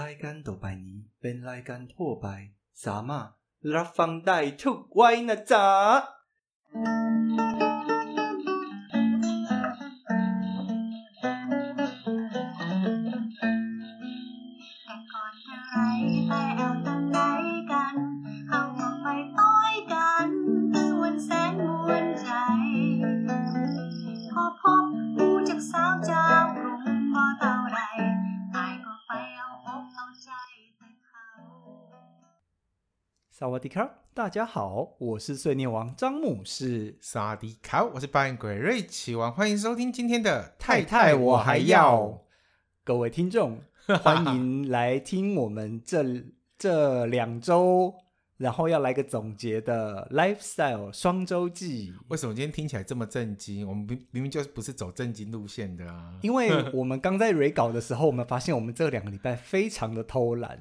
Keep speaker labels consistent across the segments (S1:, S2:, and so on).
S1: รายการต่อไปนี้เป็นรายการทั่วไป สามารถรับฟังได้ทุกวัยนะจ๊ะ
S2: แต่ก่อนแต่ไรแต่แอลตั้งไหนกัน เอาออกไปต้อยกันตื้อวันแสนมวนใจ พอพบผู้จากสาวเจ้ากรุงพอเท่าไรตายก็ไปเอาอกเอาใจแต่เขา
S3: 萨瓦迪卡，大家好，我是碎念王张姆士。
S4: 萨迪卡，我是扮演鬼瑞奇王，欢迎收听今天的
S3: 太太我还要，各位听 众，欢迎来听我们这这两周，然后要来个总结的 lifestyle 双周记，
S4: 为什么今天听起来这么震惊？我们明明明就是不是走震惊路线的啊！
S3: 因为我们刚在 re 稿的时候，我们发现我们这两个礼拜非常的偷懒，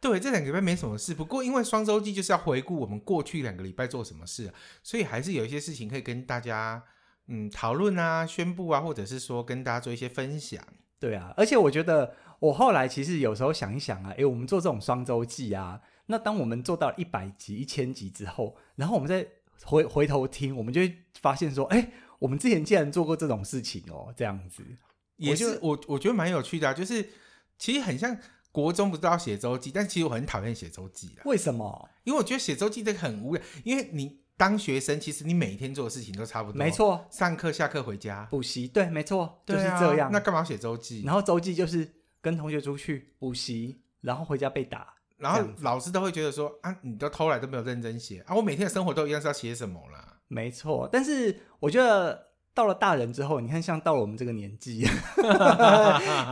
S4: 对，这两个礼拜没什么事，不过因为双周记就是要回顾我们过去两个礼拜做什么事啊，所以还是有一些事情可以跟大家嗯讨论啊、宣布啊，或者是说跟大家做一些分享。
S3: 对啊，而且我觉得我后来其实有时候想一想啊，诶，我们做这种双周记啊，那当我们做到一百集、一千集之后，然后我们再回回头听，我们就会发现说，诶，我们之前竟然做过这种事情哦，这样子。
S4: 也
S3: 我觉
S4: 是
S3: 得
S4: 我我觉得蛮有趣的、啊，就是其实很像国中不是都要写周记，但其实我很讨厌写周记啊。
S3: 为什么？
S4: 因为我觉得写周记这个很无聊，因为你当学生，其实你每天做的事情都差不多，
S3: 没，错，
S4: 上课、下课、回家，
S3: 补习，对，没错，就
S4: 对
S3: 是
S4: 啊
S3: 这样。
S4: 那干嘛写周记？然
S3: 然
S4: 后，
S3: 后周记就是跟同学出去补习，然后回家被打。这样
S4: 老师都会觉得说啊，你都偷懒都没有认真写啊，我每天的生活都一样是要写什么啦？
S3: 没错，但是我觉得到了大人之后，你看，像到了我们这个年纪，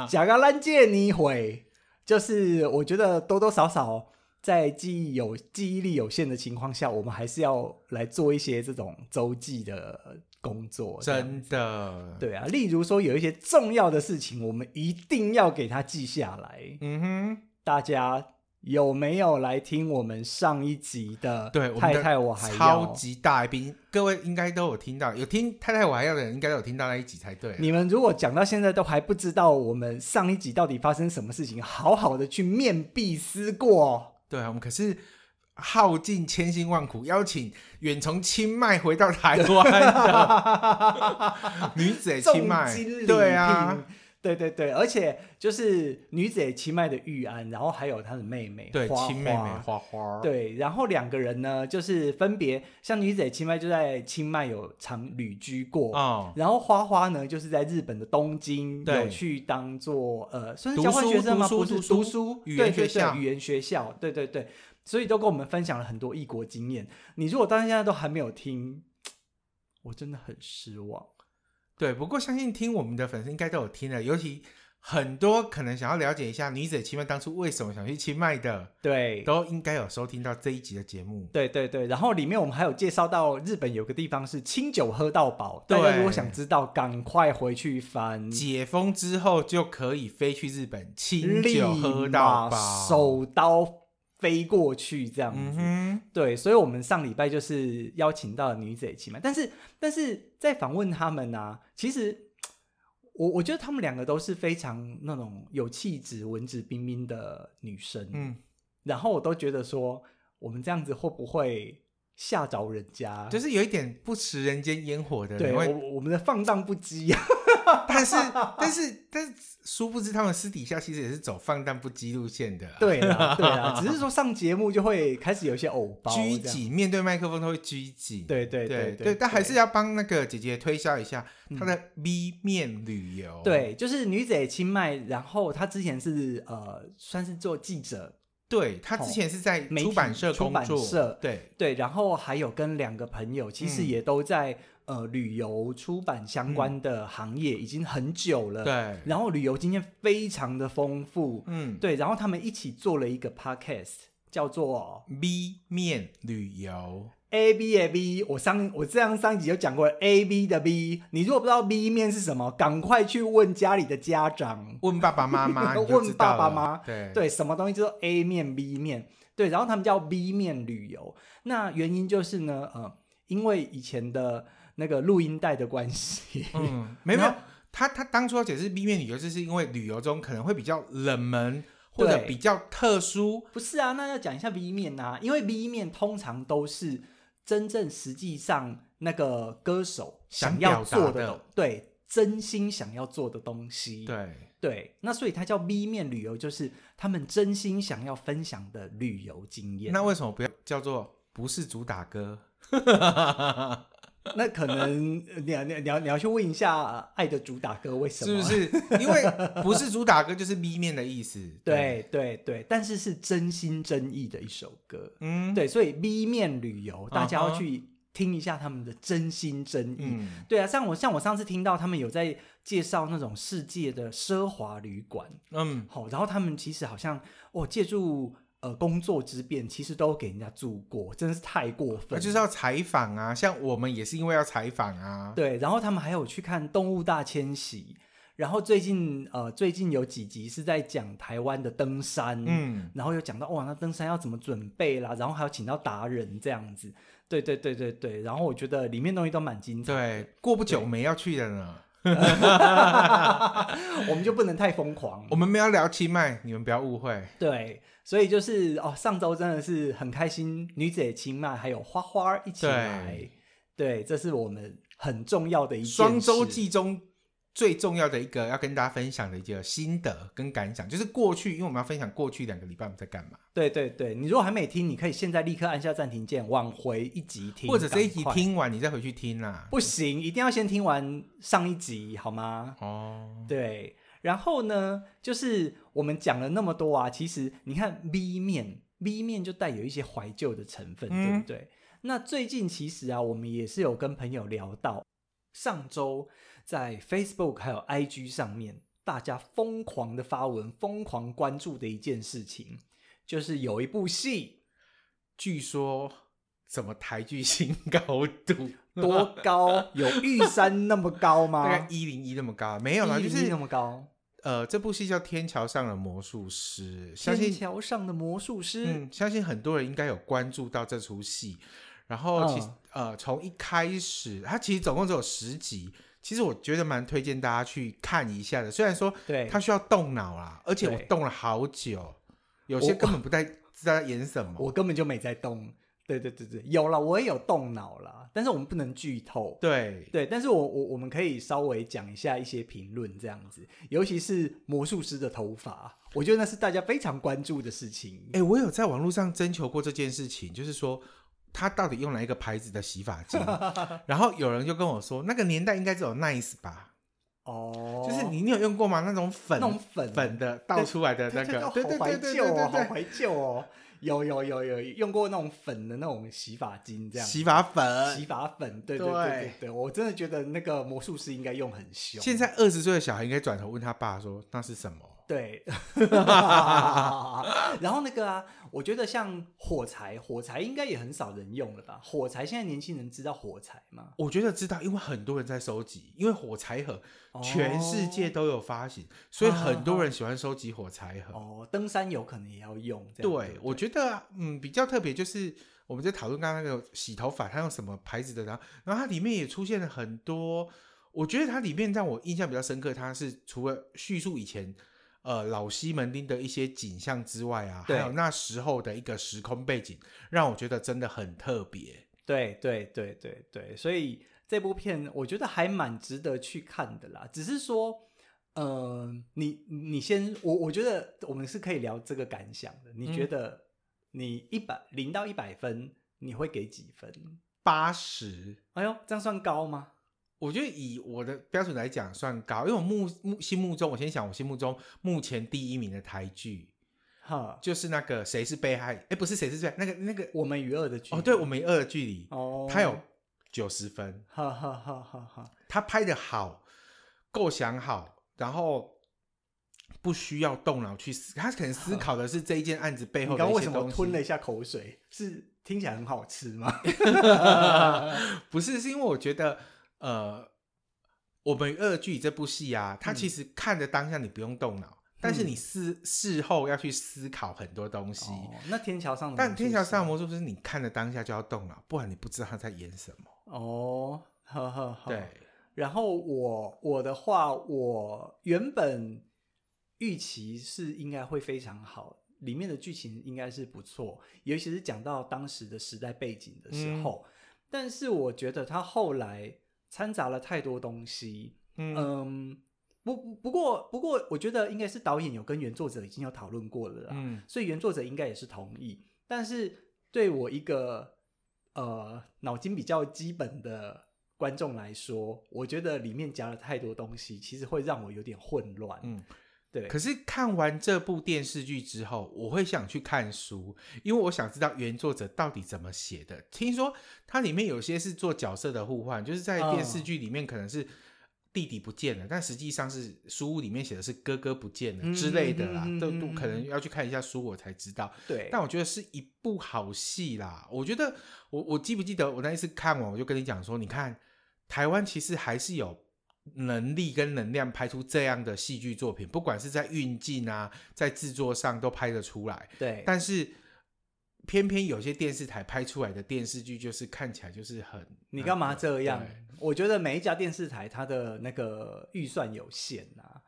S3: 假个烂借你毁，就是我觉得多多少少在记忆有记忆力有限的情况下，我们还是要来做一些这种周记的工作。这样
S4: 真的，，
S3: 对啊，例如说有一些重要的事情，我们一定要给它记下来。
S4: 嗯哼，
S3: 大家。有没有来听我们上一集的？
S4: 对，我们
S3: 太
S4: 的
S3: 太我还要
S4: 超级大来宾，各位应该都有听到，有听太太我还要的人应该都有听到那一集才对啊。
S3: 你们如果讲到现在都还不知道我们上一集到底发生什么事情，好好的去面壁思过。
S4: 对啊，我们可是耗尽千辛万苦，邀请远从清迈回到台湾的 女子诶
S3: 重
S4: 清迈
S3: 金礼，聘，
S4: 对啊，，
S3: 对对对，而且就是女子也清迈的玉安，然后还有她的妹妹
S4: 对
S3: 花
S4: 亲妹妹
S3: 花。
S4: 花花，
S3: 对，然后两个人呢，就是分别像女子也清迈就在清迈有常旅居过，
S4: 哦，
S3: 然后花花呢就是在日本的东京
S4: 对
S3: 有去当做呃算是
S4: 读
S3: 交换
S4: 书
S3: 学生吗？
S4: 读
S3: 不
S4: 书
S3: 是
S4: 读书
S3: 读书
S4: 语言
S3: 对对
S4: 学校
S3: 对语言学校，对对对，所以都跟我们分享了很多异国经验。你如果到现在都还没有听，我真的很失望。
S4: 对，不过相信听我们的粉丝应该都有听了，尤其很多可能想要了解一下女子诶清迈当初为什么想去清迈的，
S3: 对
S4: 都应该有收听到这一集的节目。
S3: 对对对，然后里面我们还有介绍到日本有个地方是清酒喝到饱，大家
S4: 对
S3: 如果想知道，赶快回去翻。
S4: 解封之后就可以飞去日本，清
S3: 立
S4: 酒喝到
S3: 马
S4: 饱，
S3: 手刀飞过去这样子。
S4: 嗯哼，
S3: 对，所以我们上礼拜就是邀请到了女子一起嘛，但是但是在访问他们啊，其实我我觉得他们两个都是非常那种有气质、文质彬彬的女生，
S4: 嗯。
S3: 然后我都觉得说，我们这样子会不会吓着人家？
S4: 就是有一点不食人间烟火的，
S3: 对
S4: 因为
S3: 我我们的放荡不羁啊，
S4: 但是但是但是，殊不知他们私底下其实也是走放荡不羁路线的、啊，，
S3: 对啊对啊，只是说上节目就会开始有一些偶包，
S4: 拘，谨，面对麦克风都会拘谨，
S3: 对对
S4: 对
S3: 对
S4: 但还是要帮那个姐姐推销一下
S3: 嗯
S4: 她的 V 面旅游，
S3: 对，就是女子清迈，然后她之前是呃算是做记者，
S4: 对，她之前是在
S3: 哦媒体
S4: 出版社
S3: 出
S4: 工
S3: 版
S4: 作，
S3: 社
S4: 对
S3: 对，然后还有跟两个朋友，其实
S4: 嗯
S3: 也都在、呃旅游出版相关的行业已经很久了，
S4: 对，
S3: 然后旅游经验非常的丰富，
S4: 嗯
S3: 对，然后他们一起做了一个 podcast，叫做
S4: ，V 面旅游，
S3: A B A B。我上我这样上一集有讲过 A B 的 B，你如果不知道 B 面是什么，赶快去问家里的家长。
S4: 问爸爸妈妈，你就
S3: 问
S4: 知道
S3: 爸爸
S4: 了
S3: 妈
S4: 对
S3: 对，什么东西叫做 A 面、B 面，对，然后他们叫 B 面旅游。那原因就是呢，呃，因为以前的那个录音带的关系，
S4: 嗯，没有没
S3: 然
S4: 有
S3: 后，
S4: 他他当初要解释 B 面旅游，就是因为旅游中可能会比较冷门，或者
S3: 对
S4: 比较特殊，
S3: 不是啊，那要讲一下 V 面啊，因为 V 面通常都是真正实际上那个歌手
S4: 想
S3: 要
S4: 表达
S3: 做
S4: 的
S3: 东对，真心想要做的东西。
S4: 对，
S3: 对那所以它叫 V 面旅游，就是他们真心想要分享的旅游经验。
S4: 那为什么不要叫做不是主打歌？
S3: 那可能呃你要你要你要你要去问一下呃爱的主打歌为什
S4: 是
S3: 么？
S4: 不？是？因为不是主打歌就是 B 面的意 思。，
S3: 对对对，但是是真心真意的一首歌。
S4: 嗯，，
S3: 对，所以 V 面旅游，大家
S4: 啊
S3: 要
S4: 哈
S3: 去听一下他们的真心真意。
S4: 嗯，
S3: 对啊，像我像我上次听到他们有在介绍那种世界的奢华旅馆，
S4: 嗯，
S3: 好、然后他们其实好像哦借助呃工作之便，其实都给人家住过，真的是太过分
S4: 那
S3: 了。
S4: 啊就是要采访啊，像我们也是因为要采访啊。，
S3: 对，然后他们还有去看《动物大迁徙》，然后最近呃最近有几集是在讲台湾的登山，
S4: 嗯，
S3: 然后有讲到哇，那登山要怎么准备啦，然后还有请到达人这样子，对对对对对，然后我觉得里面东西都蛮精彩，
S4: 对，过不久我们要去的呢。
S3: 我们就不能太疯狂
S4: 我，们没有聊清迈，你们不要误会。
S3: 对，所以就是哦，上周真的是很开心，女子也清迈还有花花儿一起
S4: 对
S3: 来，对，这是我们很重要的一件事
S4: 双周，记中最重要的一个要跟大家分享的一个心得跟感想，就是过去，因为我们要分享过去两个礼拜我们在干嘛，
S3: 对对对，你如果还没听，你可以现在立刻按下暂停键，往回一集听，
S4: 或者这一集
S3: 赶快，
S4: 听完你再回去听啦、
S3: 不行，一定要先听完上一集好吗？
S4: 哦，
S3: 对，然后呢，就是我们讲了那么多啊，其实你看 B 面，B 面就带有一些怀旧的成分，对
S4: 嗯
S3: 不对？那最近其实啊，我们也是有跟朋友聊到，上周在 Facebook 还有 IG 上面，大家疯狂的发文、疯狂关注的一件事情，就是有一部戏
S4: 据说什么台剧新高 度，
S3: 多高，有玉山那么高
S4: 大
S3: 吗？
S4: 概 一零一那么高，啊没有啦，就
S3: 101
S4: 是
S3: 那么高。
S4: 呃，这部戏叫《天桥上的魔术师》，相
S3: 天
S4: 信
S3: 桥上的魔术师，
S4: 嗯，相信很多人应该有关注到这出戏。然后其实、
S3: 嗯
S4: 呃，从一开始，它其实总共只有十集，其实我觉得蛮推荐大家去看一下的。虽然说
S3: 对，
S4: 它需要动脑啦，而且我
S3: 对
S4: 动了好久，有些
S3: 我
S4: 根本 不太知道在演什么。
S3: 我根本就没在动。对对对对，有了，我也有动脑了，但是我们不能剧透。
S4: 对
S3: 对，但是我我我们可以稍微讲一下一些评论这样子，尤其是魔术师的头发，我觉得那是大家非常关注的事情。
S4: 哎、我有在网络上征求过这件事情，就是说他到底用哪一个牌子的洗发 精？然后有人就跟我说，那个年代应该只有 Nice 吧，
S3: 哦，
S4: 就是你你有用过吗？那种粉
S3: 弄粉
S4: 粉的倒出来的那
S3: 对对
S4: 个，
S3: 对
S4: 对
S3: 好
S4: 对
S3: 怀
S4: 对对
S3: 旧
S4: 对
S3: 哦，好
S4: 对
S3: 怀旧哦，有有有有用过那种粉的那种洗发精这
S4: 对，
S3: 样，
S4: 洗发
S3: 洗
S4: 粉。
S3: 发粉，对对
S4: 呃对
S3: 对对对，我真的觉得那个魔术师应该用很凶。
S4: 现在二十岁的小孩应该转头问他爸说那是什么？
S3: 对， 然后那个啊，我觉得像火柴，火柴应该也很少人用了吧？火柴现在年轻人知道火柴吗？
S4: 我觉得知道，因为很多人在收集，因为火柴盒全世界都有发行，所以很多人喜欢收集火柴盒。
S3: 哦，登山有可能也要用。这样
S4: 对，我觉得嗯比较特别就是我们在讨论刚刚那个洗头发，它用什么牌子的，然后然后它里面也出现了很多，我觉得它里面让我印象比较深刻，它是除了叙述以前呃老西门町的一些景象之外啊，还
S3: 对
S4: 有那时候的一个时空背景，让我觉得真的很特别。
S3: 对对对对对，所以这部片我觉得还蛮值得去看的啦。只是说，呃，你你先，我我觉得我们是可以聊这个感想的。你觉
S4: 嗯
S3: 得你一百零到一百分，你会给几分？
S4: 八十，
S3: 哎呦，这样算高吗？
S4: 我觉得以我的标准来讲算高，因为我目目心目中，我先想我心目中目前第一名的台剧
S3: 哈，
S4: 就是那个谁是被害，哎，不是谁是被害，那个那个
S3: 我们与恶的距离
S4: 哦，对，我们二的距离，
S3: 哦，
S4: 他有九十分，
S3: 哈哈哈哈哈，
S4: 他拍的好，构想好，然后不需要动脑去思，他可能思考的是这一件案子背
S3: 你
S4: 后
S3: 刚刚
S4: 的一
S3: 为
S4: 些
S3: 什么
S4: 东
S3: 吞了一
S4: 西。
S3: 下口水？是听起来很好吃吗？
S4: 不是，是因为我觉得，呃，我们与恶剧这部戏啊，它
S3: 嗯
S4: 其实看的当下你不用动脑，但是
S3: 嗯
S4: 你事事后要去思考很多东西。
S3: 哦，那天桥上的魔术师，
S4: 但《天桥上的魔术师》，你看的当下就要动脑，不然你不知道他在演什么。
S3: 哦，呵呵呵，
S4: 对，
S3: 然后我我的话，我原本。预期是应该会非常好，里面的剧情应该是不错，尤其是讲到当时的时代背景的时候。但是我觉得他后来掺杂了太多东西，
S4: 嗯
S3: 嗯，不不不过不过，我觉得应该是导演有跟原作者已经有讨论过了啦，
S4: 嗯
S3: 所以原作者应该也是同意。但是对我一个呃脑筋比较基本的观众来说，我觉得里面夹了太多东西，其实会让我有点混乱。
S4: 嗯，
S3: 对，
S4: 可是看完这部电视剧之后，我会想去看书，因为我想知道原作者到底怎么写的。听说它里面有些是做角色的互换，就是在
S3: 哦
S4: 电视剧里面可能是弟弟不见了，但实际上是书里面写的是哥哥不见
S3: 嗯
S4: 了之类的啦
S3: 嗯嗯嗯。
S4: 都
S3: 嗯
S4: 都
S3: 嗯
S4: 可能要去看一下书我才知道。
S3: 对，
S4: 但我觉得是一部好戏啦。我觉得我我记不记得我那一次看完，我就跟你讲说，你看台湾其实还是有能力跟能量拍出这样的戏剧作品，不管是在运镜啊，在制作上都拍得出来。
S3: 对，
S4: 但是偏偏有些电视台拍出来的电视剧，就是看起来就是很
S3: 你干嘛
S4: 那个
S3: 这样
S4: 嗯对？
S3: 我觉得每一家电视台它的那个预算有限啊。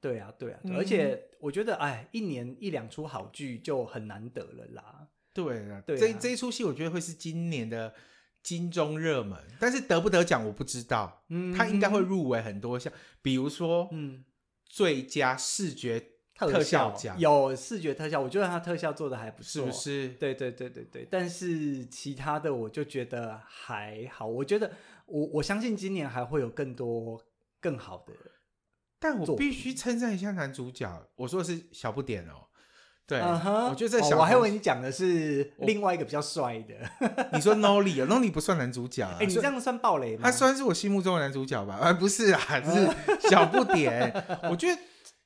S3: 对啊，对啊，对
S4: 嗯
S3: 而且我觉得，哎，一年一两出好剧就很难得了啦。
S4: 对啊，
S3: 对啊
S4: 这这一出戏我觉得会是今年的金钟热门，但是得不得奖我不知道。
S3: 嗯
S4: 它应该会入围很多项，比如说，
S3: 嗯，
S4: 最佳视觉
S3: 特效
S4: 效奖，
S3: 有视觉特效，我觉得它特效做的还不
S4: 是
S3: 错，
S4: 不？是？
S3: 对对对对对，但是其他的我就觉得还好。我觉得我我相信今年还会有更多更好的。
S4: 但我
S3: 作
S4: 必须称赞一下男主角，我说的是小不点哦。对
S3: 嗯哼，
S4: 我觉得这
S3: 哦
S4: 小、
S3: 我还以为你讲的是
S4: 我啊
S3: 另外一个比较帅的。
S4: 你说 Nolly 哦，Nolly 不算男主角、啊，
S3: 哎、你这样算暴雷
S4: 虽
S3: 吗？哦
S4: 他虽然是我心目中的男主角吧， 啊，不是啊，是小不 点。我觉得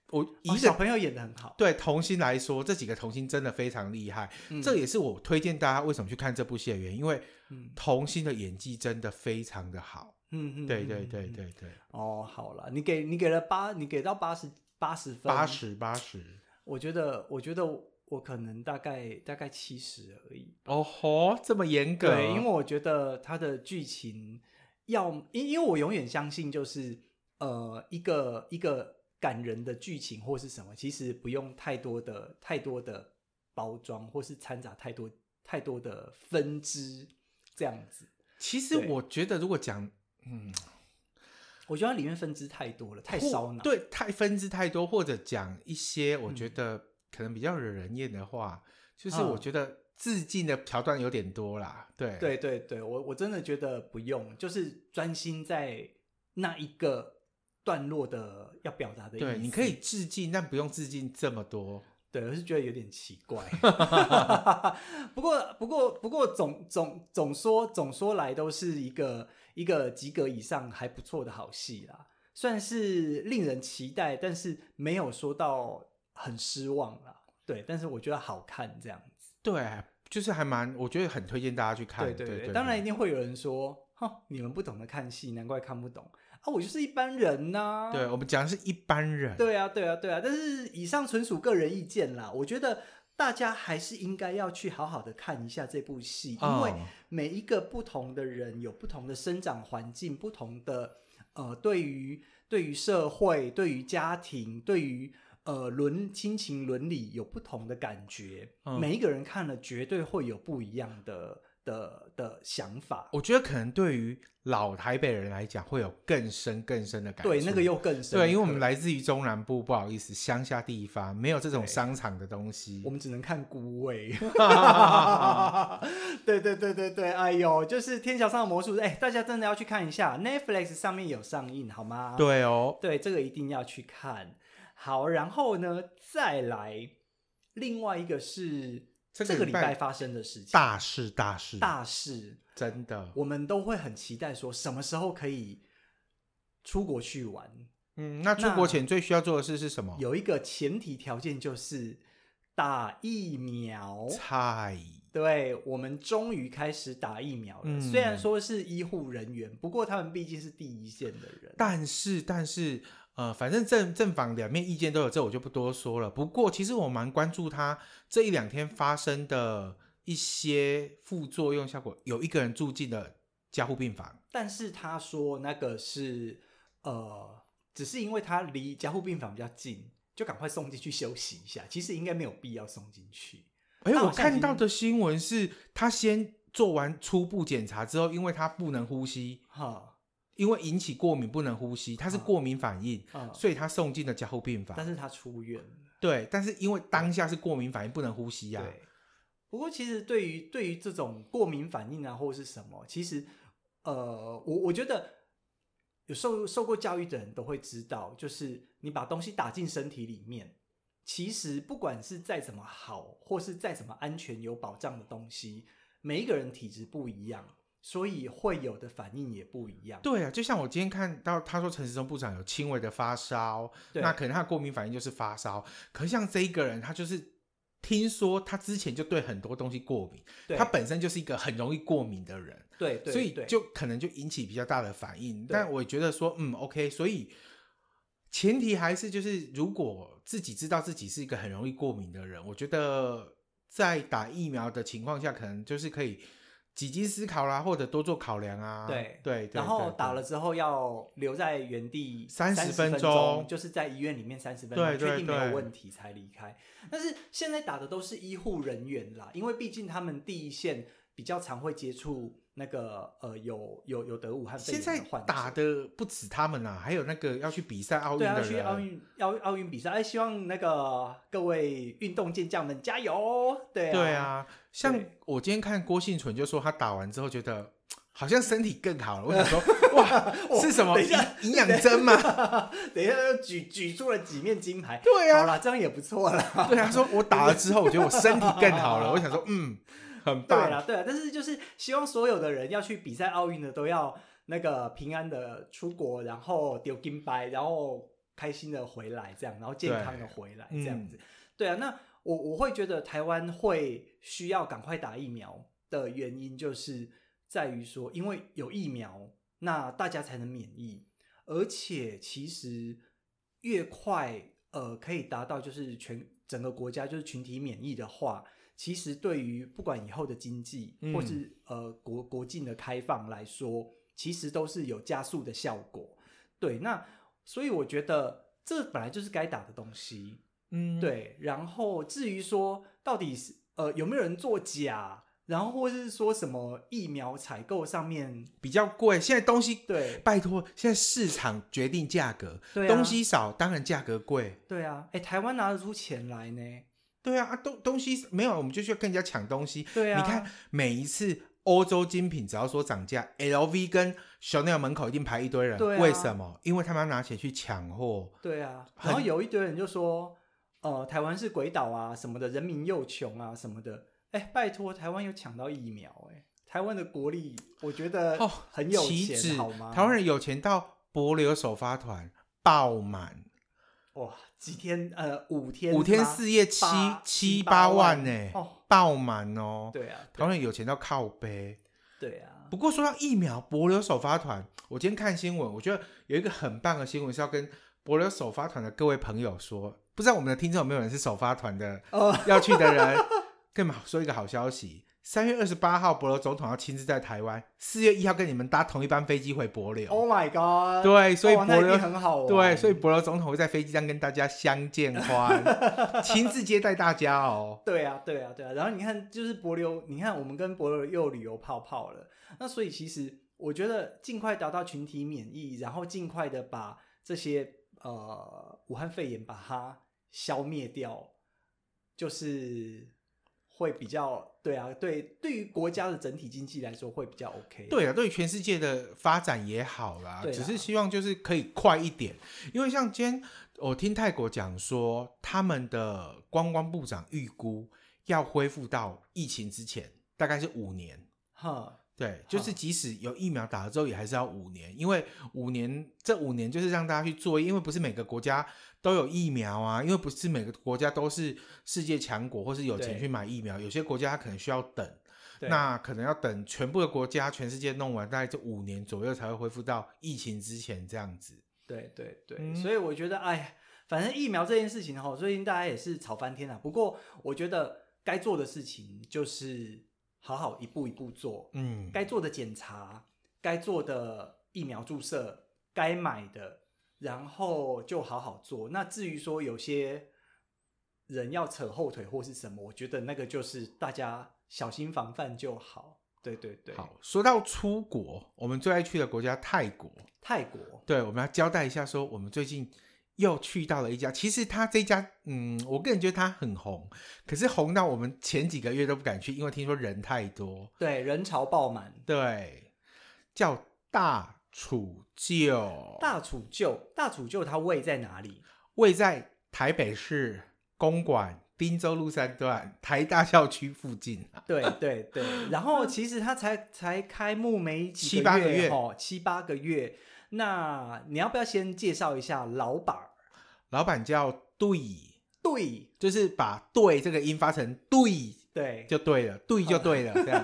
S4: 我以
S3: 嗯哦
S4: 一个、
S3: 小朋友演的很好，
S4: 对童星来说，这几个童星真的非常厉害，
S3: 嗯
S4: 这也是我推荐大家为什么去看这部戏的原因，因为
S3: 嗯
S4: 童星的演技真的非常的好。
S3: 嗯嗯，
S4: 对
S3: 嗯
S4: 对
S3: 嗯
S4: 对
S3: 嗯
S4: 对对，
S3: 哦，好了，你给你给了八，你给到八十八十分，
S4: 八，十八十。
S3: 我觉得我觉得我可能大概大概七十而已，
S4: 哦吼，这么严格？
S3: 对，因为我觉得它的剧情要，因因为我永远相信就是呃一个一个感人的剧情或是什么，其实不用太多的太多的包装或是掺杂太多太多的分支这样子。
S4: 其实
S3: 对
S4: 我觉得，如果讲，嗯，
S3: 我觉得它里面分支太多了，太
S4: 或
S3: 烧脑。
S4: 对，太分支太多，或者讲一些我觉得可能比较惹人厌的话，就是
S3: 嗯
S4: 我觉得致敬的桥段有点多啦。对
S3: 对对对，我我真的觉得不用，就是专心在那一个段落的要表达的意思。
S4: 对，你可以致敬，但不用致敬这么多。
S3: 对，我是觉得有点奇 怪。不过，不过，不过总总总说总说来都是一个一个及格以上还不错的好戏啦，算是令人期待，但是没有说到很失望啦。对，但是我觉得好看这样子。
S4: 对，就是还蛮，我觉得很推荐大家去看。
S3: 对
S4: 对
S3: 对对，当然一定会有人说，哼，你们不懂得看戏，难怪看不懂啊！我就是一般人呐、
S4: 对我们讲的是一般人。
S3: 对啊，对啊，对啊，但是以上纯属个人意见啦。我觉得大家还是应该要去好好的看一下这部戏，因为
S4: 哦
S3: 每一个不同的人有不同的生长环境，不同的呃，对于对于社会、对于家庭、对于呃伦亲情伦理有不同的感觉，
S4: 嗯
S3: 每一个人看了绝对会有不一样的的的想法。
S4: 我觉得可能对于老台北人来讲，会有更深更深的感受。
S3: 对，那个又更深刻。
S4: 对，因为我们来自于中南部，不好意思，乡下地方没有这种
S3: 对
S4: 商场的东西。
S3: 我们只能看孤味。 对对对对对，哎呦，就是《天桥上的魔术师》，哎，大家真的要去看一下，Netflix 上面有上映，好吗？
S4: 对哦，
S3: 对，这个一定要去看。好，然后呢，再来另外一个是
S4: 这个
S3: 这个
S4: 礼
S3: 礼
S4: 拜
S3: 拜发生的事情，
S4: 大事大事
S3: 大事，
S4: 真的，
S3: 我们都会很期待说什么时候可以出国去玩。
S4: 嗯，那出国前最需要做的事是什么？
S3: 有一个前提条件就是打疫苗，
S4: 菜，
S3: 对我们终于开始打疫苗了，
S4: 嗯
S3: 虽然说是医护人员，不过他们毕竟是第一线的人。
S4: 但是但是呃，反正正正反两面意见都有，这我就不多说了。不过其实我蛮关注他这一两天发生的一些副作用效果，有一个人住进了加护病房。
S3: 但是他说那个是呃，只是因为他离加护病房比较近，就赶快送进去休息一下。其实应该没有必要送进去。
S4: 哎、
S3: 那
S4: 我
S3: 好像已
S4: 看到
S3: 经
S4: 的新闻是他先做完初步检查之后，因为他不能呼吸，
S3: 哈
S4: 因为引起过敏不能呼吸，他是
S3: 啊
S4: 过敏反应，
S3: 啊，
S4: 所以他送进了加护病
S3: 但
S4: 房。
S3: 是他出院了。
S4: 对，但是因为当下是过敏反应不能呼吸啊呀、
S3: 对，不过其实对于对于这种过敏反应啊，或是什么，其实呃，我我觉得有受受过教育的人都会知道，就是你把东西打进身体里面，其实不管是再怎么好，或是再怎么安全有保障的东西，每一个人体质不一样，所以会有的反应也不一样。
S4: 对啊，就像我今天看到他说陈时中部长有轻微的发烧，
S3: 对
S4: 那可能他的过敏反应就是发烧。可是像这一个人，他就是听说他之前就对很多东西过敏，
S3: 对
S4: 他本身就是一个很容易过敏的人，
S3: 对对，
S4: 所以
S3: 对
S4: 就可能就引起比较大的反应。
S3: 对
S4: 但我觉得说，嗯，OK，所以前提还是就是，如果自己知道自己是一个很容易过敏的人，我觉得在打疫苗的情况下，可能就是可以几经思考啦，或者多做考量啊。
S3: 对
S4: 对，对
S3: 然后
S4: 对
S3: 打
S4: 对
S3: 了之后要留在原地30
S4: 30分
S3: 分
S4: 钟
S3: 就是在医院里面三十分钟，
S4: 对对
S3: 确定没有
S4: 对
S3: 问题才离开。但是现在打的都是医护人员啦，因为毕竟他们第一线比较常会接触那个呃有有有得武汉肺
S4: 现
S3: 炎
S4: 在
S3: 的患者。
S4: 打的不止他们啦、还有那个要去比赛奥运
S3: 对啊，
S4: 的
S3: 要去
S4: 人，
S3: 奥运奥奥运比赛，哎，希望那个各位运动健将们加油！对啊，
S4: 对啊，像
S3: 对
S4: 我今天看郭幸存就说他打完之后觉得嘖好像身体更 好了，我想说哇
S3: 哦
S4: 是什么
S3: 等一
S4: 营
S3: 下
S4: 营养针吗？
S3: 等一下又举举出了几面金牌，
S4: 对
S3: 好
S4: 啊，
S3: 啦，这样也不错啦。
S4: 对啊，他说我打了之后我觉得我身体更好 了，我想说嗯很
S3: 对啊
S4: 棒，
S3: 啦，对啦，但是就是希望所有的人要去比赛奥运的都要那个平安的出国，然后丢金牌，然后开心的回来，这样，然后健康的回来，
S4: 对
S3: 这样子。对啊，那我我会觉得台湾会需要赶快打疫苗的原因，就是在于说，因为有疫苗，那大家才能免疫，而且其实越快，呃，可以达到就是全整个国家就是群体免疫的话，其实对于不管以后的经济
S4: 嗯
S3: 或是呃国国境的开放来说，其实都是有加速的效果。对，那所以我觉得这本来就是该打的东西。
S4: 嗯，
S3: 对，然后至于说到底是呃有没有人作假，然后或是说什么疫苗采购上面，
S4: 比较贵，现在东西
S3: 对
S4: 拜托，现在市场决定价格，
S3: 对啊
S4: 东西少当然价格贵。
S3: 对啊，哎，台湾拿得出钱来呢，
S4: 对啊，啊东东西没有，我们就去跟人家抢东西。
S3: 对啊，
S4: 你看每一次欧洲精品只要说涨价，LV 跟 Chanel 门口一定排一堆人，
S3: 对啊
S4: 为什么？因为他们要拿钱去抢货。
S3: 对啊，
S4: 很
S3: 然后有一堆人就说，呃，台湾是鬼岛啊什么的，人民又穷啊什么的。哎，拜托，台湾有抢到疫苗哎、台湾的国力我觉得
S4: 哦，
S3: 很有
S4: 岂止
S3: 钱好吗？
S4: 台湾人有钱到柏流首发团爆满，
S3: 哇，几天呃五天
S4: 五天
S3: 吗
S4: 四夜七
S3: 八
S4: 七
S3: 七
S4: 八
S3: 八
S4: 万
S3: 万
S4: 呢、
S3: 哦
S4: 爆满哦。
S3: 对啊
S4: 台湾人有钱到靠背。
S3: 对啊
S4: 不过说到疫苗，柏流首发团，我今天看新闻，我觉得有一个很棒的新闻是要跟柏流首发团的各位朋友说，不知道我们的听众有没有人是首发团的
S3: 哦
S4: 要去的人， 跟你们说一个好消息：三月二十八号，博罗总统要亲自在台湾；四月一号跟你们搭同一班飞机回博流。
S3: ，Oh my god！
S4: 对，所以
S3: 哦
S4: 博
S3: 那一
S4: 流、
S3: 定很好玩，
S4: 对，所以博罗总统会在飞机上跟大家相见 欢，亲自接待大家哦。
S3: 对啊，对啊，对啊。然后你看，就是博流，你看我们跟博流又旅游泡泡了。那所以其实我觉得尽快达到群体免疫，然后尽快的把这些呃武汉肺炎把它消灭掉，就是会比较对啊，对，对于国家的整体经济来说会比较 OK。
S4: 对啊，对于全世界的发展也好啦，
S3: 对啊
S4: 只是希望就是可以快一点，因为像今天我听泰国讲说，他们的观光部长预估要恢复到疫情之前，大概是五年。
S3: 哈，
S4: 对，就是
S3: 好
S4: 即使有疫苗打了之后，也还是要五年，因为五年这五年就是让大家去做，因为不是每个国家都有疫苗啊，因为不是每个国家都是世界强国或是有钱
S3: 对
S4: 去买疫苗，有些国家可能需要等，
S3: 对
S4: 那可能要等全部的国家、全世界弄完，大概就五年左右才会恢复到疫情之前这样子。
S3: 对对对，
S4: 嗯
S3: 所以我觉得，哎呀，反正疫苗这件事情哈，最近大家也是吵翻天了。不过，我觉得该做的事情就是好好一步一步做，
S4: 嗯，
S3: 该做的检查，该做的疫苗注射，该买的然后就好好做。那至于说有些人要扯后腿或是什么，我觉得那个就是大家小心防范就好。对对对，
S4: 好，说到出国，我们最爱去的国家泰国，
S3: 泰国
S4: 对，我们要交代一下，说我们最近又去到了一家，其实他这家，嗯，我个人觉得他很红，可是红到我们前几个月都不敢去，因为听说人太多。
S3: 对人潮爆满，
S4: 对，叫大楚就，
S3: 大楚旧大楚旧它位在哪里？
S4: 位在台北市公馆滨州路三段台大校区附近啊。
S3: 对对对，然后其实它才才开幕没几
S4: 七八个
S3: 月
S4: 月
S3: 哦，七八个月。那你要不要先介绍一下老板儿？
S4: 老板叫对，
S3: 对
S4: 就是把对这个音发成对
S3: 对，
S4: 就对了，对就对了，这样。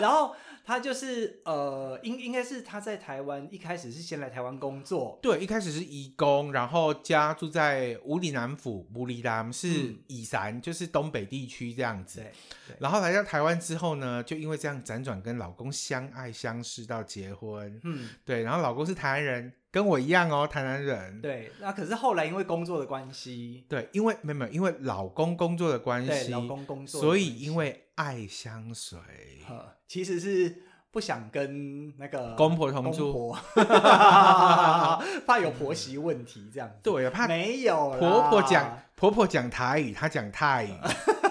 S3: 然后他就是呃，应应该是他在台湾一开始是先来台湾工作，
S4: 对，一开始是移工，然后家住在五里南府布里兰，是
S3: 嗯
S4: 以南，就是东北地区这样子。
S3: 对对，
S4: 然后来到台湾之后呢，就因为这样辗转跟老公相爱相识到结婚。
S3: 嗯
S4: 对，然后老公是台南人，跟我一样哦，台南人。
S3: 对。那可是后来因为工作的关系，
S4: 对，因为没有没有，因为老公工作的关
S3: 对
S4: 系，
S3: 老公工作的
S4: 所
S3: 关系，
S4: 以因为爱相随，
S3: 呃其实是不想跟那个
S4: 公婆同住
S3: 公婆怕有婆媳问题这样子。
S4: 对，怕
S3: 没有啦
S4: 婆婆讲婆婆讲台语，她讲泰语，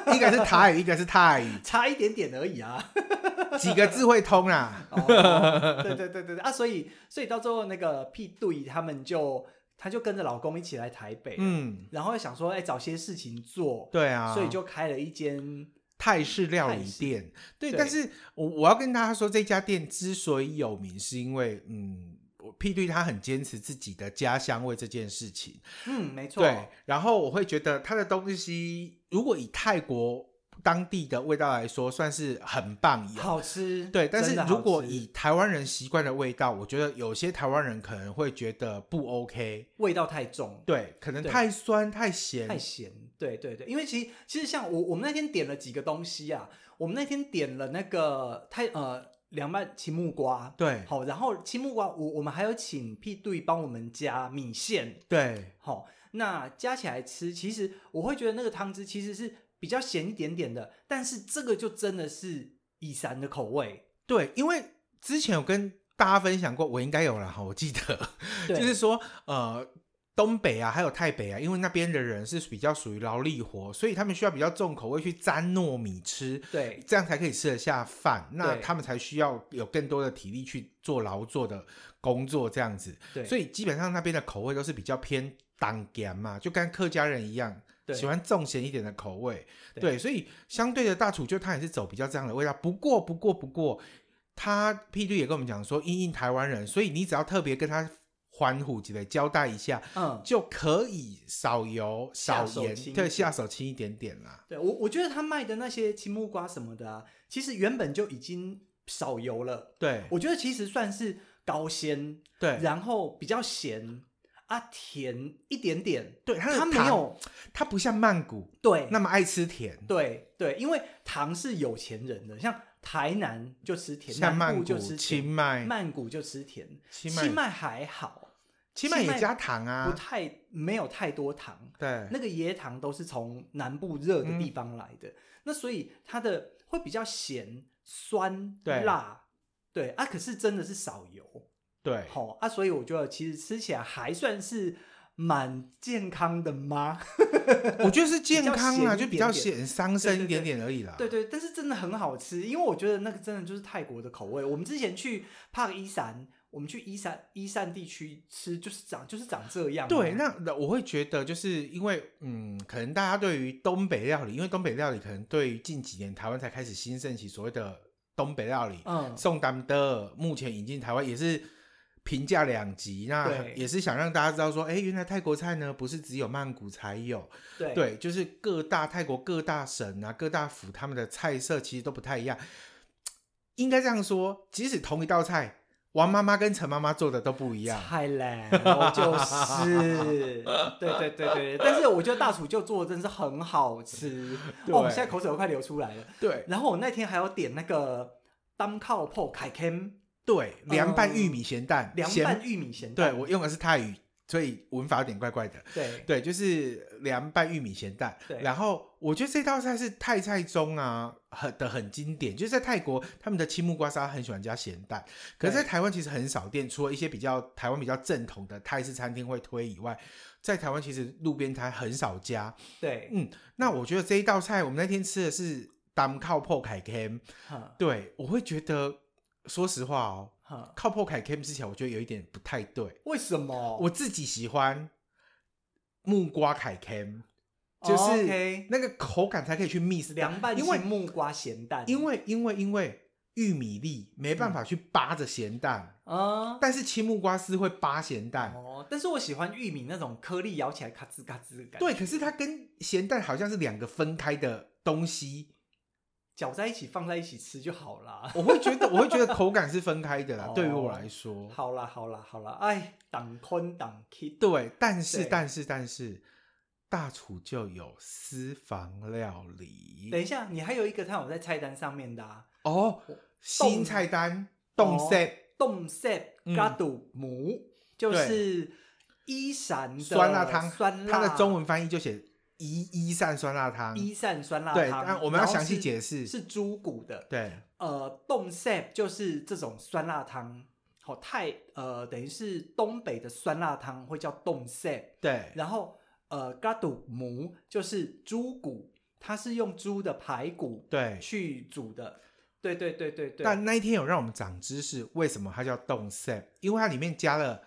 S3: 嗯
S4: 一个是台语，一个是泰语，
S3: 差一点点而已啊。
S4: 几个字会通啊 啦。
S3: 哦，对对对对对啊，所以所以到最后那个 P 对他们就她就跟着老公一起来台北，，
S4: 嗯，
S3: 然后想说哎找些事情做，
S4: 对啊，
S3: 所以就开了一间
S4: 泰式料
S3: 泰
S4: 理
S3: 式
S4: 店。对，
S3: 对
S4: 但是我我要跟大家说，这家店之所以有名，是因为嗯，我 P 对他很坚持自己的家乡味这件事情。
S3: 嗯没错，
S4: 对，然后我会觉得它的东西，如果以泰国当地的味道来说，算是很棒有。
S3: 好吃，
S4: 对，但是
S3: 真的好
S4: 如果
S3: 吃
S4: 以台湾人习惯的味道，我觉得有些台湾人可能会觉得不 OK，
S3: 味道太重，
S4: 对，可能
S3: 对
S4: 太酸太咸，
S3: 太咸，对对对，因为其实其实像我我们那天点了几个东西啊，我们那天点了那个太呃凉拌青木瓜。
S4: 对
S3: 好，然后青木瓜，我我们还有请 P 对帮我们加米线，
S4: 对
S3: 好、那加起来吃，其实我会觉得那个汤汁其实是比较咸一点点的，但是这个就真的是以山的口味，
S4: 对，因为之前有跟大家分享过，我应该有了哈，我记得，
S3: 对
S4: 就是说呃。东北啊，还有台北啊，因为那边的人是比较属于劳力活，所以他们需要比较重口味去沾糯米吃，
S3: 对
S4: 这样才可以吃得下饭。那
S3: 对
S4: 他们才需要有更多的体力去做劳作的工作，这样子。
S3: 对，
S4: 所
S3: 以
S4: 以基本上那边的口味都是比较偏当咸嘛，就跟客家人一样，
S3: 对
S4: 喜欢重咸一点的口味。
S3: 对
S4: 对，所以相对的大厨就他也是走比较这样的味道。不过，不过，不过，他 P 律也跟我们讲说，因应台湾人，所以你只要特别跟他欢呼之类交代一下，
S3: 嗯，
S4: 就可以少油
S3: 下
S4: 少
S3: 手
S4: 盐
S3: 轻一，
S4: 对，
S3: 点
S4: 下手轻一点点啦。
S3: 对我我觉得他卖的那些青木瓜什么的啊，其实原本就已经少油了，
S4: 对，
S3: 我觉得其实算是高鲜，
S4: 对，
S3: 然后比较咸啊甜一点点，
S4: 对，它的
S3: 它没
S4: 糖
S3: 有
S4: 它不像曼谷
S3: 对
S4: 那么爱吃甜，
S3: 对对，因为糖是有钱人的，像台南就吃甜，
S4: 像
S3: 南
S4: 曼
S3: 部
S4: 谷、
S3: 就吃甜
S4: 清，迈、
S3: 曼谷就吃甜，
S4: 清
S3: 清
S4: 迈、
S3: 迈还好，
S4: 清迈
S3: 清
S4: 也
S3: 迈
S4: 加糖啊
S3: 不，太没有太多糖，
S4: 对，嗯
S3: 那个椰糖都是从南部热的地方来的，那所以它的会比较咸、酸、
S4: 对
S3: 辣，对啊，可是真的是少油，
S4: 对，
S3: 好、啊，所以我觉得其实吃起来还算是蛮健康的吗？
S4: 我觉得是健康
S3: 比较咸一
S4: 啦，
S3: 点点
S4: 就比较显伤身一点点而已啦。
S3: 对对，但是真的很好吃，因为我觉得那个真的就是泰国的口味。我们之前去帕伊山，我们去伊山伊山地区吃，就是长就是长这样啊、
S4: 对那那我会觉得就是因为嗯，可能大家对于东北料理，因为东北料理可能对于近几年台湾才开始兴盛起所谓的东北料理，
S3: 嗯，
S4: 宋丹的目前引进台湾也是。评价两极，那
S3: 对
S4: 也是想让大家知道说，哎，原来泰国菜呢不是只有曼谷才有，
S3: 对
S4: 对，就是各大泰国各大省啊、各大府他们的菜色其实都不太一样。应该这样说，即使同一道菜，王妈妈跟陈妈妈做的都不一样。
S3: 太懒，我就是，对对对对，但是我觉得大厨就做的真是很好 吃，
S4: 对
S3: 哦，我现在口水都快流出来了。
S4: 对
S3: 然后我那天还有点那个当靠破凯 cam，
S4: 对，凉拌玉米咸蛋，
S3: 嗯凉
S4: 咸
S3: 拌玉米咸
S4: 对
S3: 蛋，
S4: 我用的是泰语，所以文法有点怪怪的。
S3: 对
S4: 对，就是凉拌玉米咸蛋。
S3: 对
S4: 然后我觉得这道菜是泰菜中啊很的很经典，就是在泰国他们的青木瓜沙很喜欢加咸蛋，可是，
S3: 对
S4: 在台湾其实很少店，除了一些比较台湾比较正统的泰式餐厅会推以外，在台湾其实路边摊很少加。
S3: 对，
S4: 嗯，那我觉得这一道菜我们那天吃的是当靠破凯 cam，
S3: 哈
S4: 对我会觉得，说实话哦，
S3: 哈，
S4: 靠破凯 cam 之前我觉得有一点不太对。
S3: 为什么？
S4: 我自己喜欢木瓜凯 cam，就
S3: 哦
S4: 是
S3: OK
S4: 那个口感才可以去 miss 掉
S3: 凉拌
S4: 因为
S3: 青木瓜咸蛋，
S4: 因为因为因为玉米粒没办
S3: 嗯
S4: 法去扒着咸蛋，
S3: 啊。
S4: 但是青木瓜丝会扒咸蛋。
S3: 哦，但是我喜欢玉米那种颗粒咬起来咔吱咔吱的感觉，
S4: 对，可是它跟咸蛋好像是两个分开的东西，
S3: 搅在一起放在一起吃就好啦。
S4: 我会觉 得我会觉得口感是分开的啦。
S3: 哦
S4: 对于我来说，
S3: 好啦好啦好啦，哎，挡坤挡 k
S4: 对，但是
S3: 对
S4: 但是但是，大厨就有私房料理。
S3: 等一下，你还有一个它有在菜单上面的、啊，
S4: 哦，新菜单冻
S3: 哦
S4: set
S3: 冻塞
S4: 嗯
S3: 嘎肚母，就是一闪的
S4: 酸辣汤，
S3: 酸辣
S4: 它的中文翻译就写一一扇酸辣汤。
S3: 一扇酸辣汤。
S4: 对，但我们
S3: 然
S4: 要
S3: 后
S4: 详细
S3: 是
S4: 解释。
S3: 是猪骨的，
S4: 对，
S3: 呃，冻塞就是这种酸辣汤，好、泰呃等于是东北的酸辣汤会叫冻塞，
S4: 对，
S3: 然后呃嘎肚母就是猪骨，它是用猪的排骨
S4: 对。
S3: 去煮的，对对对对对，
S4: 但那一天有让我们长知识，为什么它叫冻塞？因为它里面加了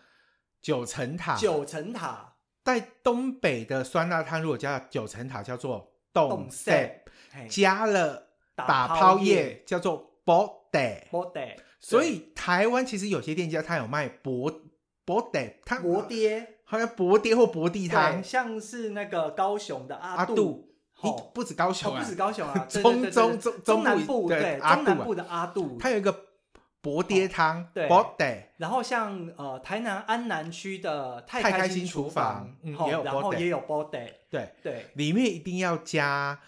S4: 九层塔。
S3: 九层塔
S4: 在东北的酸辣汤，如果加了九层塔，叫做冻塞，
S3: 嘿
S4: 加了
S3: 哎打
S4: 打
S3: 泡
S4: 泡叶，叫做 b 得。
S3: 波爹，
S4: 所以台湾其实有些店家它有卖薄薄得，它
S3: 对薄爹，
S4: 好像薄爹或薄地汤
S3: 对，，像是那个高雄的
S4: 阿
S3: 阿
S4: 杜，一
S3: 吼
S4: 不止高雄
S3: 哦
S4: 啊，
S3: 不止高雄啊， 对对
S4: 中
S3: 对对
S4: 中
S3: 中
S4: 中中部
S3: 南部
S4: 对
S3: 对
S4: 阿
S3: 中南
S4: 杜啊
S3: 部的阿杜，
S4: 它有一个薄爹汤，
S3: 哦对
S4: 薄爹，
S3: 然后像呃台南安南区的太
S4: 太
S3: 开
S4: 开
S3: 心
S4: 心厨
S3: 房
S4: 房，嗯
S3: 吼
S4: 也有
S3: 然
S4: Bodeg
S3: 后也有 body，
S4: 对，
S3: 对
S4: 里面一定要加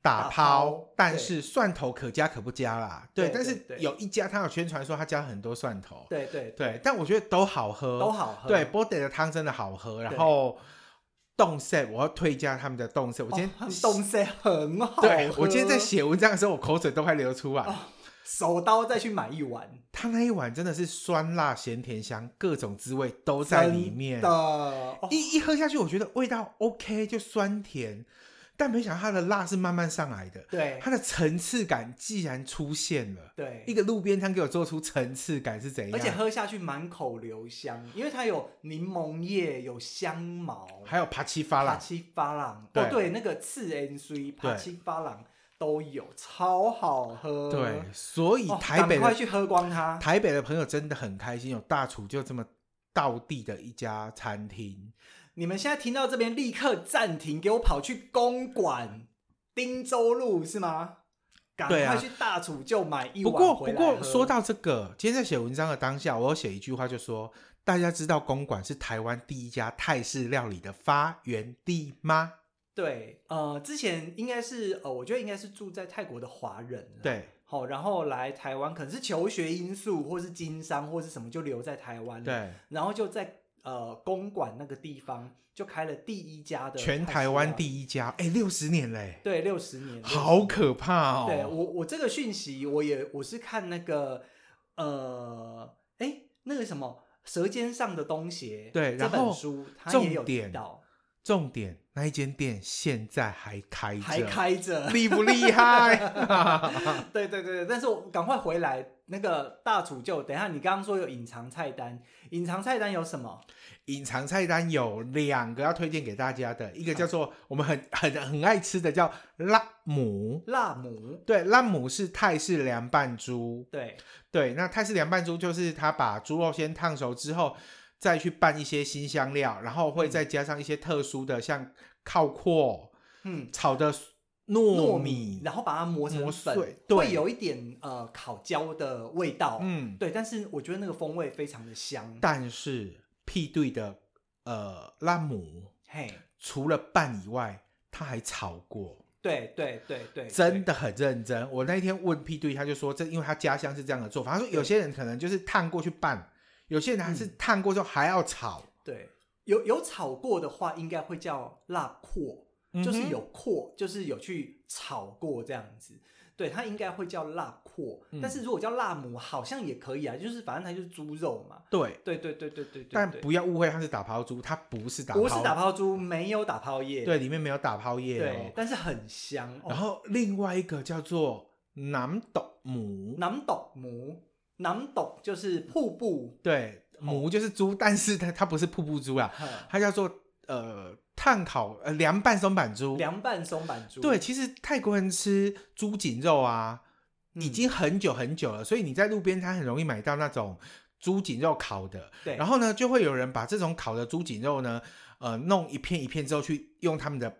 S3: 打
S4: 打
S3: 抛
S4: 抛，但
S3: 对
S4: 是蒜头可加可不加啦，
S3: 对
S4: 对，
S3: 对
S4: 但
S3: 对
S4: 是有一家他有宣传说他加了很多蒜头，
S3: 对对，
S4: 对，但我觉得都好喝，
S3: 都好喝。
S4: 对，，薄爹的汤真的好喝，然
S3: 对
S4: 后冻塞我要推荐他们的冻塞，我
S3: 我
S4: 今天
S3: 东西很哦好喝，
S4: 对我今天在写文章的时候，我口水都快流出来。
S3: 手刀再去买一碗，
S4: 它那一碗真的是酸辣咸甜香，各种滋味都在里面
S3: 真。的，哦
S4: 一一喝下去，我觉得味道 OK，就酸甜，但没想到它的辣是慢慢上来的，
S3: 对
S4: 它的层次感既然出现了。
S3: 对
S4: 一，个路边摊给我做出层次感是怎样？
S3: 而且喝下去满口留香，因为它有柠檬叶，有香茅，
S4: 还有爬七发
S3: 帕
S4: 啦，
S3: 奇发朗，哦
S4: 对
S3: 对，那个次 N C 帕奇发朗都有，超好喝。
S4: 对，所以
S3: 哦，
S4: 台
S3: 赶
S4: 北的、
S3: 快去喝光它。
S4: 台北的朋友真的很开心，有大厨就这么道地的一家餐厅。
S3: 你们现在听到这边立刻暂停，给我跑去公馆汀州路是吗？赶
S4: 对啊
S3: 快去大楚就买一
S4: 不
S3: 碗
S4: 过
S3: 回
S4: 不
S3: 来
S4: 过
S3: 喝
S4: 说到这个，今天在写文章的当下，我有写一句话就说，大家知道公馆是台湾第一家泰式料理的发源地吗？
S3: 对，呃，之前应该是呃，我觉得应该是住在泰国的华人啦，
S4: 对
S3: 好、然后来台湾可能是求学因素，或是经商，或是什么，就留在台湾了。
S4: 对，
S3: 然后就在呃公馆那个地方就开了第一家的啊
S4: 全台湾第一家，哎，六十年嘞，
S3: 对六十年，
S4: 好
S3: 60
S4: 可怕哦！
S3: 对我我这个讯息我也我是看那个呃哎那个什么《舌尖上的东邪》
S4: 对
S3: 这
S4: 然
S3: 本
S4: 后
S3: 书它也有
S4: 重
S3: 提
S4: 点
S3: 到
S4: 重点那一间店现在还开着，
S3: 还开 着，
S4: 厉不厉害？
S3: 对对对对，但是我赶快回来那个大楚就等一下你刚刚说有隐藏菜单，隐藏菜单有什么？
S4: 隐藏菜单有两个要推荐给大家的，一个叫做我们很很很爱吃的叫辣母，
S3: 辣母
S4: 对，辣母是泰式凉拌猪。
S3: 对
S4: 对，那泰式凉拌猪就是它把猪肉先烫熟之后，再去拌一些新香料，然后会再加上一些特殊的，像靠阔
S3: 嗯。
S4: 炒的
S3: 糯
S4: 糯
S3: 米
S4: 米，，
S3: 然后把它磨成
S4: 磨
S3: 粉，
S4: 碎
S3: 会
S4: 对
S3: 有一点呃烤焦的味道，
S4: 嗯，
S3: 对，但是我觉得那个风味非常的香，
S4: 但是屁对的呃辣母
S3: 嘿，
S4: 除了拌以外，它还炒过，
S3: 对对对哎对，
S4: 真的很认真。我那一天问 P 对，他就说这因为他家乡是这样的做法，他说有些人可能就是烫过去拌，有些人还是烫过之后还要炒，
S3: 对，有有炒过的话，应该会叫辣阔，就是
S4: 嗯哼
S3: 有阔，就是有去炒过这样子。对，它应该会叫辣阔，
S4: 嗯
S3: 但是如果叫辣母，好像也可以啊，就是反正它就是猪肉嘛。
S4: 对。
S3: 对对对对对对，
S4: 但
S3: 对
S4: 不要误会，它是打抛猪，它不是打抛，
S3: 不是打，抛猪，没有打抛液。
S4: 对，里面没有打抛叶
S3: 对
S4: 哦，。
S3: 但是很香。哦
S4: 然后另外一个叫做南斗母，
S3: 南斗母，南斗就是瀑布，
S4: 对，
S3: 哦
S4: 母就是猪，但是它它不是瀑布猪啊，
S3: 呵
S4: 它叫做呃炭烤呃凉拌松板猪。
S3: 凉拌松板猪。
S4: 对，，其实泰国人吃猪颈肉啊，已
S3: 嗯
S4: 经很久很久了，所以你在路边摊很容易买到那种猪颈肉烤的。
S3: 对
S4: 然后呢，就会有人把这种烤的猪颈肉呢，呃，弄一片一片之后去用他们的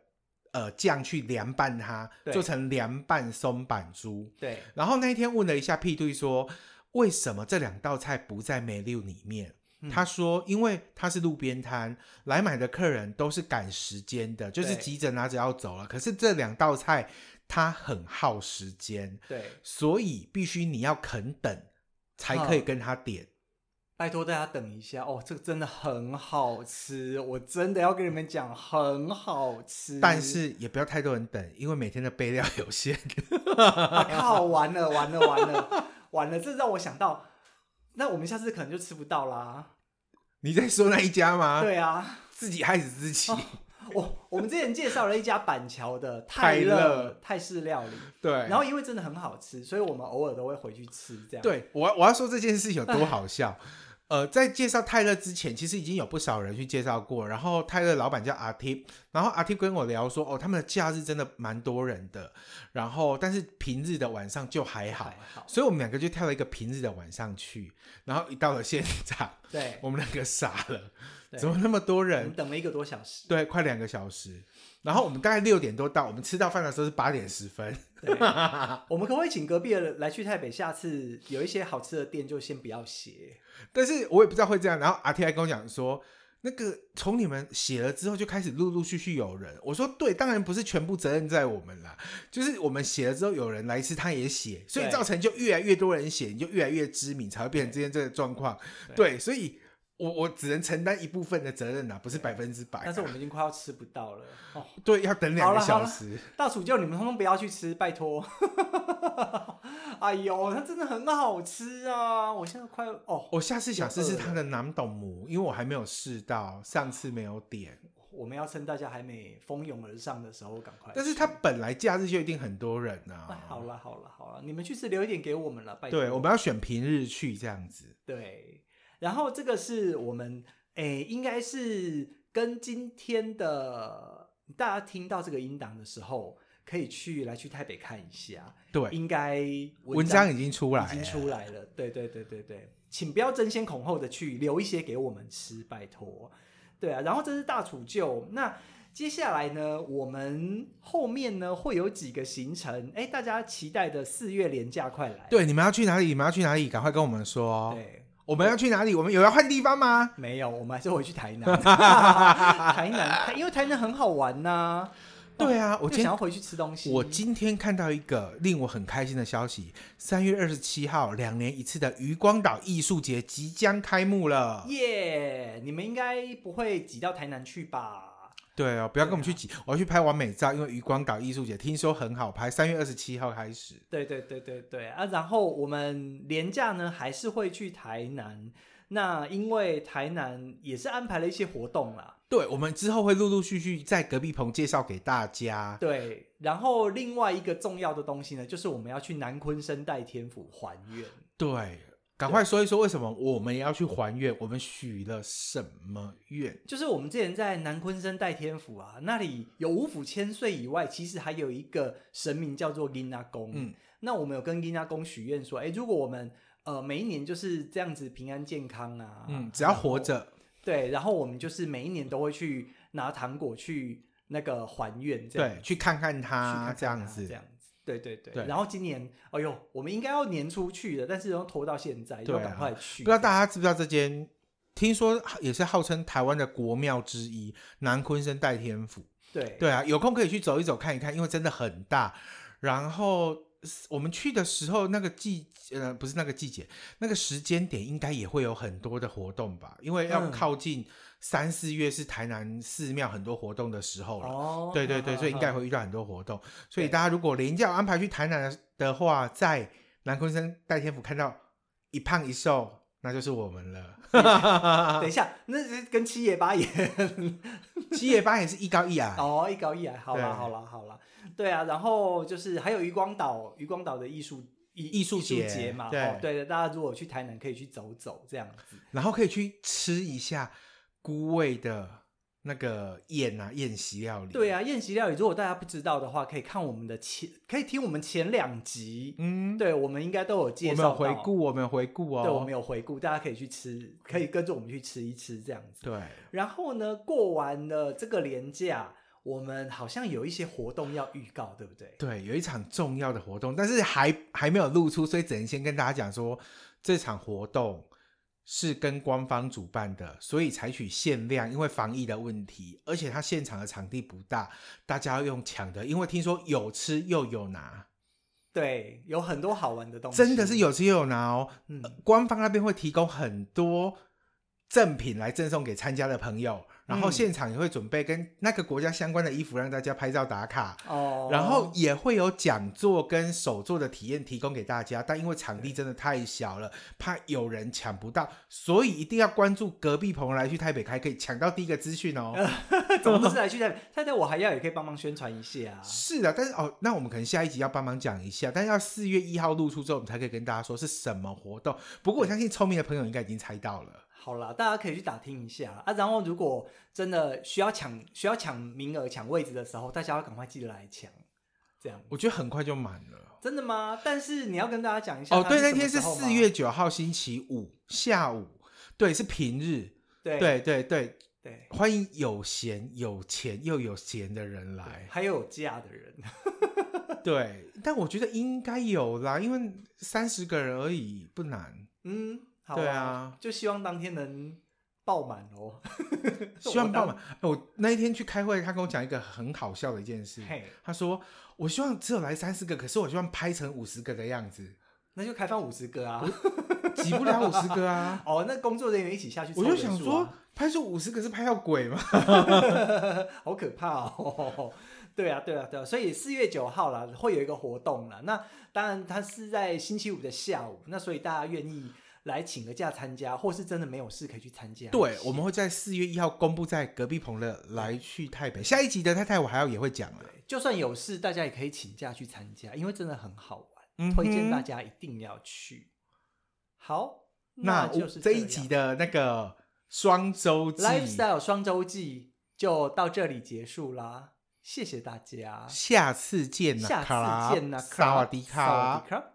S4: 呃酱去凉拌它，
S3: 对
S4: 做成凉拌松板猪。
S3: 对，
S4: 然后那一天问了一下 P 对说，为什么这两道菜不在 menu 里面？
S3: 嗯
S4: 他说，因为他是路边摊来买的客人都是赶时间的，就是
S3: 对
S4: 急着拿着要走了。可是这两道菜它很耗时间，
S3: 对，
S4: 所以必须你要肯等才可以
S3: 嗯
S4: 跟他点。
S3: 拜托大家等一下哦，这个真的很好吃，我真的要跟你们讲，很好吃。
S4: 但是也不要太多人等，因为每天的备料有限。
S3: 啊靠，完了完了完了 完了，这让我想到，那我们下次可能就吃不到啦。
S4: 你在说那一家吗？，
S3: 对哦啊，
S4: 自己害死自己。
S3: 我我们之前介绍了一家板桥的
S4: 泰
S3: 泰
S4: 勒
S3: 勒泰式料理，
S4: 对，
S3: 然后因为真的很好吃，所以我们偶尔都会回去吃这样。
S4: 对我要我要说这件事有多好笑。呃，在介绍泰勒之前，其实已经有不少人去介绍过。然后泰勒老板叫阿 Tip，然后阿 Tip 跟我聊说，哦，他们的假日真的蛮多人的，然后但是平日的晚上就还好
S3: 还。好，
S4: 所以我们两个就挑了一个平日的晚上去，然后一到了现场，
S3: 对，
S4: 我们两个傻了，
S3: 对
S4: 怎么那么多
S3: 我们
S4: 人？
S3: 等了一个多小时。
S4: 对，快两个小时。然后我们大概六点多到，我们吃到饭的时候是八点十分。
S3: 对，我们可不可以请隔壁的来去台北？下次有一些好吃的店就先不要写。
S4: 但是我也不知道会这样。然后阿 T 还跟我讲说，那个从你们写了之后就开始陆陆续续有人。我说对，当然不是全部责任在我们啦，就是我们写了之后有人来吃，他也写，所以
S3: 对
S4: 造成就越来越多人写，你就越来越知名，才会变成今天这个状况。
S3: 对
S4: 对，所以我我只能承担一部分的责任啦，不是百分之百啊。
S3: 但是我们已经快要吃不到了哦。
S4: 对要等两个
S3: 好
S4: 小
S3: 了
S4: 时。
S3: 大薯就你们通通不要去吃，拜托。哎呦，它真的很好吃啊！我现在快哦，
S4: 我下次想试试
S3: 又饿了
S4: 他的南董母，因为我还没有试到，上次没有点。
S3: 我们要趁大家还没蜂拥而上的时候赶快。
S4: 但是他本来假日就一定很多人啊呐、
S3: 哎，好了好了好了，你们去吃留一点给我们了，拜托。
S4: 对，我们要选平日去这样子。
S3: 对，然后这个是我们诶，应该是跟今天的大家听到这个音档的时候，可以去来去台北看一下，
S4: 对，
S3: 应该
S4: 文章已经出来了，
S3: 已经出来了。对对对对对，请不要争先恐后的去留一些给我们吃，拜托。对啊，然后这是大楚就那。接下来呢，我们后面呢会有几个行程，哎，大家期待的四月连假快来。
S4: 对，你们要去哪里？你们要去哪里？赶快跟我们说哦。
S3: 对，
S4: 我们要去哪里？我们有要换地方吗？
S3: 没有，我们还是回去台 南。台南，台因为台南很好玩呐、
S4: 对啊，我
S3: 我就哦想
S4: 今天
S3: 要回去吃东西。
S4: 我今天看到一个令我很开心的消息，三月二十七号，两年一次的渔光岛艺术节即将开幕了。
S3: 耶你们应该不会挤到台南去吧？
S4: 对哦，不要跟我们
S3: 啊
S4: 去挤，我要去拍完美照，因为渔光岛艺术节听说很好拍，三月二十七号开始。
S3: 对对对对对啊！然后我们廉假呢，还是会去台南。那因为台南也是安排了一些活动啦，
S4: 对，我们之后会陆陆续续在隔壁棚介绍给大家。
S3: 对。然后另外一个重要的东西呢，就是我们要去南昆生代天府还愿。
S4: 对，赶快说一说为什么我们也要去还愿，我们许了什么愿？
S3: 就是我们之前在南昆生代天府啊，那里有五府千岁以外，其实还有一个神明叫做金阿公。
S4: 嗯，
S3: 那我们有跟金阿公许愿说，哎，如果我们呃每一年就是这样子平安健康啊，
S4: 嗯，只要活
S3: 然后，
S4: 着，
S3: 对，然后我们就是每一年都会去拿糖果去那个还愿，这样
S4: 对，去看看
S3: 去看
S4: 他
S3: 看
S4: 这样
S3: 他
S4: 子
S3: 这。样子。对对对，
S4: 对
S3: 然后今年，哎呦，我们应该要年初去的，但是都拖到现在，
S4: 对
S3: 就
S4: 啊
S3: 赶快去。
S4: 不知道大家知不知道这间？听说也是号称台湾的国庙之一——南昆生代天府。
S3: 对
S4: 对啊，有空可以去走一走看一看，因为真的很大。然后我们去的时候，那个季呃不是那个季节，那个时间点应该也会有很多的活动吧，因为要
S3: 嗯
S4: 靠近三四月是台南寺庙很多活动的时候了。
S3: 哦
S4: 对对对，所以应该会遇到很多活动。所以大家如果连假有安排去台南的话，在南昆生戴天府看到一胖一瘦，那就是我们了。
S3: 等一下，那是跟七爷八爷
S4: 七爷八也是一高一矮，
S3: 哦，一高一矮，好
S4: 对
S3: 啦好啦好啦，对啊，然后就是还有渔光岛，渔光岛的艺术艺
S4: 艺术节
S3: 节嘛，
S4: 对
S3: 哦对的，大家如果去台南可以去走走这样子，
S4: 然后可以去吃一下菇味的那个宴啊，宴席料理。
S3: 对，啊，宴席料理如果大家不知道的话，可以看我们的前，可以听我们前两集，
S4: 嗯，
S3: 对我们应该都有介
S4: 我们
S3: 绍
S4: 有
S3: 到
S4: 回顾，我们有回顾哦，
S3: 对我们有回顾，大家可以去吃，可以跟着我们去吃一吃这样子。
S4: 对
S3: 然后呢，过完了这个年假，我们好像有一些活动要预告，对不对？
S4: 对，有一场重要的活动，但是还还没有露出，所以只能先跟大家讲说，这场活动是跟官方主办的，所以采取限量，因为防疫的问题，而且它现场的场地不大，大家要用抢的，因为听说有吃又有拿，
S3: 对，有很多好玩的东西，
S4: 真的是有吃又有拿哦。
S3: 嗯
S4: 呃官方那边会提供很多赠品来赠送给参加的朋友，然后
S3: 嗯
S4: 现场也会准备跟那个国家相关的衣服让大家拍照打卡。
S3: 哦。
S4: 然后也会有讲座跟手作的体验提供给大家，但因为场地真的太小了，怕有人抢不到，所以一定要关注隔壁朋友来去台北开，可以抢到第一个资讯哦。
S3: 总 不是来去台北，太太我还要也可以帮忙宣传一下啊。
S4: 是的，但是哦，那我们可能下一集要帮忙讲一下，但是要四月一号露出之后，我们才可以跟大家说是什么活动。不过我相信聪明的朋友应该已经猜到了。
S3: 好啦，大家可以去打听一下啊。然后如果真的需要抢、需要抢名额、抢位置的时候，大家要赶快记得来抢。这样
S4: 我觉得很快就满了。
S3: 真的吗？但是你要跟大家讲一下
S4: 哦，对，
S3: 它
S4: 那天
S3: 什
S4: 是
S3: 么时候吗
S4: 四月，九号星期五下午，对，是平日。
S3: 对
S4: 对对对，
S3: 对，
S4: 欢迎有闲、有钱又有闲的 人来。
S3: 还有价的人，
S4: 对，但我觉得应该有啦，因为三十个人而已，不难。
S3: 嗯，好
S4: 对啊，
S3: 就希望当天能爆满哦。
S4: 希望
S3: 我
S4: 爆
S3: 当
S4: 满。哎我那一天去开会，他跟我讲一个很好笑的一件事，
S3: 嘿，
S4: 他说：“我希望只有来三四个，可是我希望拍成五十个的样子，
S3: 那就开放五十个啊。
S4: 挤不了五十个 啊。
S3: 哦，那工作人员啊一起下去、”
S4: 我就想说，，拍出五十个是拍到鬼吗？
S3: 好可怕哦！ 对啊，对啊，对啊，所以四月九号啦，会有一个活动啦。那当然，它是在星期五的下午，那所以大家愿意来请个假参加，或是真的没有事可以去参加。
S4: 对，我们会在四月一号公布在隔壁棚的来去台北。下一集的太太我还要也会讲啊。
S3: 就算有事，大家也可以请假去参加，因为真的很好玩，
S4: 嗯哼
S3: 推荐大家一定要去。好，
S4: 那我
S3: 就是
S4: 这
S3: 样
S4: 一集的那个双周记
S3: Lifestyle 双周记就到这里结束啦，谢谢大家，
S4: 下次见呐，
S3: 下
S4: 卡拉
S3: 次见啦，
S4: 萨瓦迪
S3: 萨瓦
S4: 卡
S3: 迪。卡。